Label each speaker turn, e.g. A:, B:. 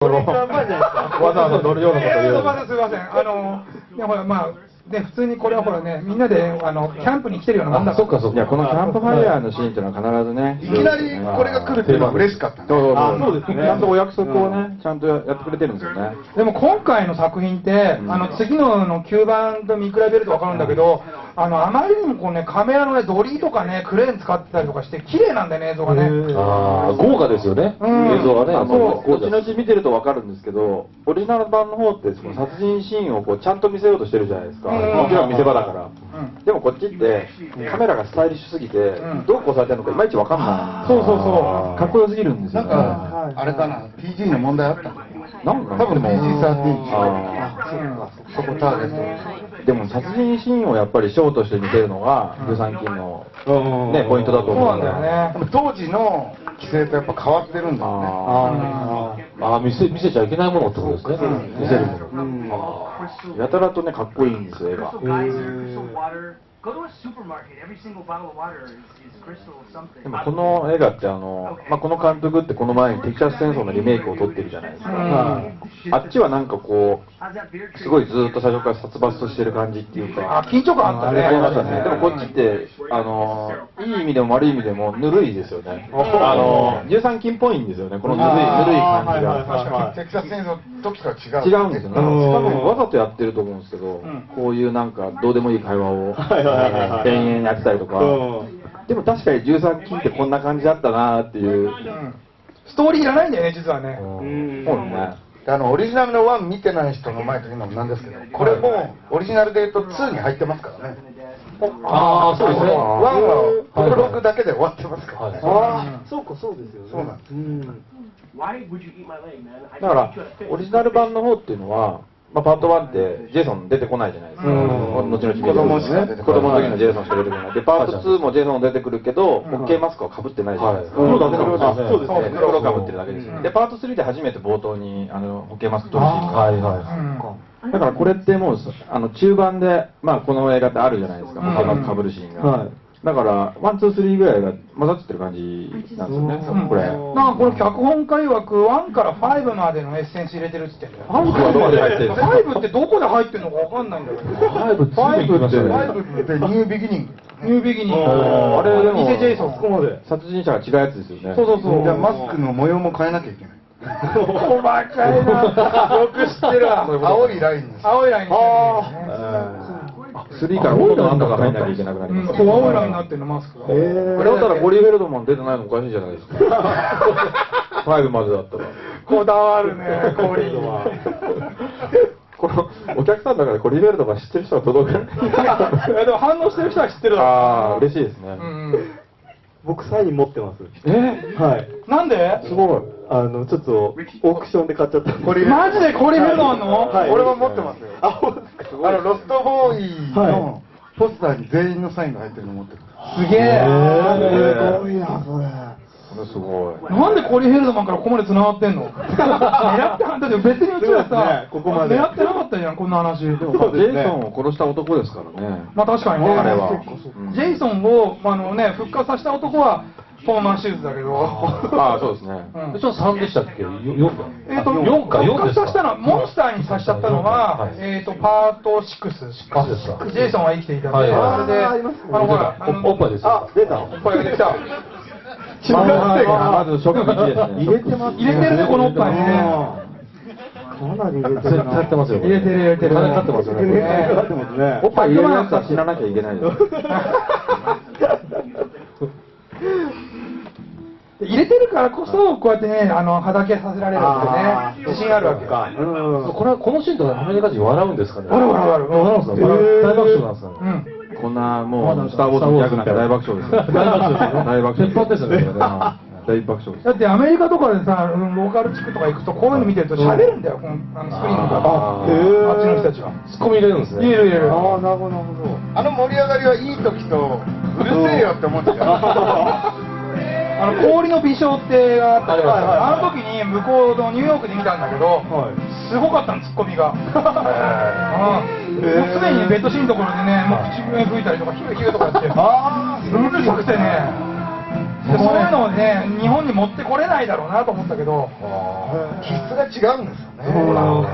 A: これ一番前じゃないですか。
B: わざわざ同僚のこと言う
A: えーすいません、すいません。あの、ね、ほら、まあ、ね、普通にこれはほらね、みんなで、あの、キャンプに来てるようなもんだ
B: あそっかそっか
C: いや、このキャンプファイヤーのシーンっていうのは必ずね、
D: いきなりこれが来るっていうのは嬉しかったね
C: そうそう
B: あそうです
C: ち
B: ね
C: ゃんとお約束をね、ちゃんとやってくれてるんですよね。
A: でも今回の作品って、あの次のの吸盤と見比べると分かるんだけど、あのあまりにもこう、ね、カメラの、ね、ドリーとか、ね、クレーン使ってたりとかして、綺麗なんだよね、映像がね。
B: ああ、豪華ですよね。
A: うん
B: 映像がね、
C: あの
B: 豪
C: 後
B: 華
C: 々見てるとわかるんですけど、オリジナル版の方ってその殺人シーンをこうちゃんと見せようとしてるじゃないですか、
A: うん
C: もちろん見せ場だから、
A: うん
C: でもこっちって、カメラがスタイリッシュすぎて、
A: ん
C: どうこうされてるのか、いまいちわかんない、
A: そうそう
B: あ
A: そ
B: ー
C: かっこよすぎるんですよ、
D: なん
C: ね、
D: か、あれかな、PG の問題あったの
C: なんか
D: 多分
C: でも
D: PG13
C: あ
D: あそっか、そこターゲッ
C: ーでも殺人シーンをやっぱりショーとして見せるのが、乳酸菌の、ね、ポイントだ
A: う、
C: と
A: そうな
C: 思うんん
A: だ
C: で
A: よね
D: ト。でも当時の規制とやっぱ変わってるんだよね
C: あ
A: うん
B: ああ、見せ、見せちゃいけないものってことですね。見せるもの。
C: ーやたらとね、かっこいいんですよ、映画。でもこの映画ってあの、まあ、この監督ってこの前にテキサス戦争のリメイクを撮ってるじゃないですか、あっちはなんかこうすごいずっと最初から殺伐としてる感じっていう
A: あ
C: か
A: 緊張感あったね。
C: ありましたねでもこっちってあのいい意味でも悪い意味でもぬるいですよねあの13金っぽいんですよねこのぬるいぬるい感じが、
D: 確かにテキサス戦争の時とは違う。
C: 違うんですよね。多分わざとやってると思うんですけど、こういうなんかどうでもいい会話を
B: はいはいはいはい
C: 延々やってたりとか
B: う、
C: でも確かに13金ってこんな感じだったなっていう、
A: ストーリーいらないんだよね、実はね。
B: ん
C: もうね、
D: あの、オリジナルの1見てない人の前というのもなんですけど、これもうオリジナルで言うと2に入ってますからね。
B: ああ、そうですね。
D: 1は登録だけで終わってますからね。
B: あ
E: そうか、そうですよね。
D: そうなんです
E: うん
C: だからオリジナル版の方っていうのは、まあ、パート1ってジェイソン出てこないじゃないですか、後々出てく
D: 子
C: る
D: 供しか出てこ
C: 子
D: ない
C: 供の時のジェイソンしか出てこない、でパート2もジェイソン出てくるけど、オッケーマスクはかぶってないじゃないですか、
B: はい
C: 黒だけなん
B: あそうですね
C: ね、黒かぶってるだけですよね、でパート3で初めて冒頭にあのオッケーマスク取るシーン
B: あ、
C: があ
B: はい
C: る
B: はい
A: うん
B: は
C: だからこれってもうあの中盤で、まあ、この映画ってあるじゃないですか、
A: うん
C: オッケーマスクかぶるシーンが。
E: はい
C: だから、ワン、ツー、スリーぐらいが混ざっちゃってる感じなんですよね、これ。
A: なんかこの脚本家曰く、1から5までのエッセンス入れてるって言ってんだよ。
C: ンクはどこで入ってるんですか
A: 5ってどこで入ってるのかわかんないんだよね。
B: い。ファイブって、
D: 5ってニュービギニング。
A: ニュービギニング。
C: あれでも
A: 偽ジェイソン。
C: そこまで殺人者が違うやつですよね
A: そうそうそう。
D: じゃあマスクの模様も変えなきゃいけない。
A: 細かいな。 よく知ってるわ。
D: 青いラインです。
A: 青いラインになってるんだよね。
C: スリーから今度なんとか入んなきゃいけなくなり
A: うん、
C: ま
A: こ
C: す
A: う青いラインになってるのマスクが。
C: これだったらボリー・フェルドマン出てないのおかしいじゃな いですかファイブまでだったら
A: こだわるね、コー リーは。
C: このお客さんの中でコリー・フェルドマン知ってる人は 届かない
A: いやでも反応してる人は知ってるだろ
C: ああ嬉しいですね、
A: うんうん。
E: 僕、サイン持ってます。
C: え
E: はい。
A: なんです
E: ごい。あの、ちょっと、オークションで買っちゃったんです。
A: マジでコーリーフェルドマンの
E: はい
D: 俺も持ってますよ。
E: あ、ほんですか
D: あの、ロストボーイ
E: は
D: のポスターに全員のサインが入ってるの持ってる。
A: すげえ。
C: ー
E: すごいな、それ。
C: これすごい
A: なんでコーリーフェルドマンからここまで繋がってん の狙ってはんだって別にうちら
E: そうです
A: さ
E: ね、ここまで
A: 狙ってなかったじゃん、こんな話。
C: まあジェイソンを殺した男ですからね
A: まあ確かにね、
C: 彼は
A: ジェイソンを、まああのね、復活させた男は、フォーマンシューズだけど、
C: ああそうですね
A: うん
B: ちょっと3でしたっけ ?4 か。
A: えーと
B: 4か、4
A: 復活
B: です
A: させたのは、
B: か。
A: モンスターにさせちゃったのは
B: は、い
A: えーと、パート6。
B: あそうですか
A: ジェイソンは生きていたん
B: は
A: で、
B: いはい
A: それで、
E: あ
A: あ
E: ーあり
A: の
E: ますね、
A: ほら、あ
B: おっぱ
A: の、
B: いですよ。
E: 出た。
A: これが来た。
C: まあまず植物ですね
E: 入れてます
A: 入れてるね、このおっぱいね。
E: かなり入れて
B: 絶
E: る
B: 対や
E: な
B: って。ますよ。
A: 入れてる入れてる
B: 金かかってますよね。これ
A: ね
E: かかってますね
C: おっぱい入れるやつは死ななきゃいけないです
A: で 入れてるからこそ、こうやってね、あの、はだけさせられる
E: あ
A: んですよね。自信あるわけ。
E: うん。
B: これはこのシーンとかアメリカ人笑うんですかね。
A: 笑う笑う笑
B: 笑うんですか。大爆笑なんですかね。
A: うん。
C: こんなもう、スター・ウォーズの逆なんか大爆笑ですよ。
B: 大爆笑ですよ
C: 大爆笑。
B: 鉄板ですよね
C: うん大爆笑です。
A: だってアメリカとかでさ、うんローカル地区とか行くと、こういうの見てると喋るんだよ、このあのスクリーンとか。
B: あー
A: あっちの人たちは。
B: ツッコミ入れるんですね。
A: いるいる。
E: ああ、なるほど、なるほど。
D: あの盛り上がりはいい時と、うるせえよって思うん ですよ。
A: あの氷の微笑ってがあったじゃないですかあの時に向こうのニューヨークで見たんだけど、すごかったの、ツッコミが。うんもうすでにベッドシーンのところでね、もう口笛吹いたりとか、ヒューヒューとかやって、うるさくてね、でそういうのをね、日本に持ってこれないだろうなと思ったけど、
D: 気質が違うんですよね。
E: そうなんだ